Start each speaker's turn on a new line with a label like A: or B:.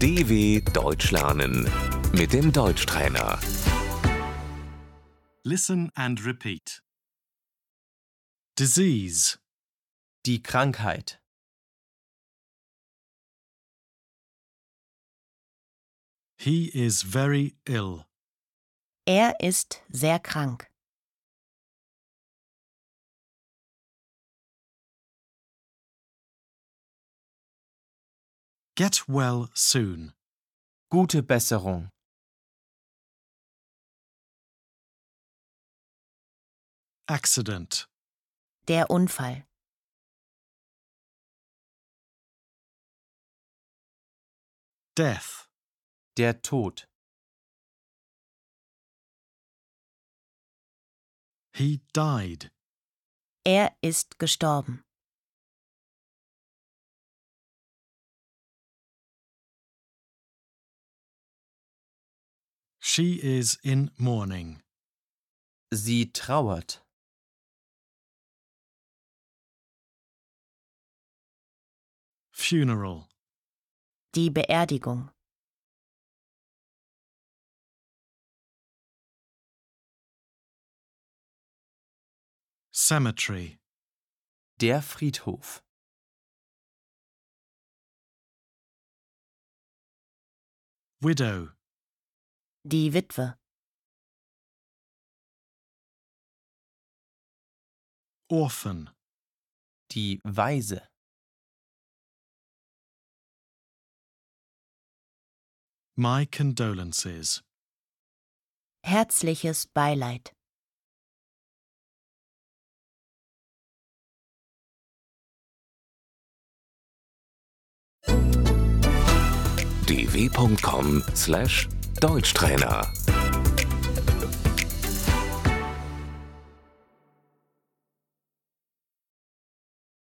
A: DW Deutsch lernen mit dem Deutschtrainer.
B: Listen and repeat. Disease,
C: Die Krankheit.
B: he is very ill.
D: Er ist sehr krank.
B: Get well soon.
C: Gute Besserung.
B: Accident,
D: Der Unfall.
B: death,
C: Der Tod.
B: he died.
D: Er ist gestorben.
B: She is in mourning.
C: Sie trauert.
B: Funeral,
D: Die Beerdigung.
B: cemetery,
C: Der Friedhof.
B: widow,
D: Die Witwe.
B: orphan,
C: Die Weise.
B: my condolences.
D: Herzliches Beileid.
A: dw.com/deutschtrainer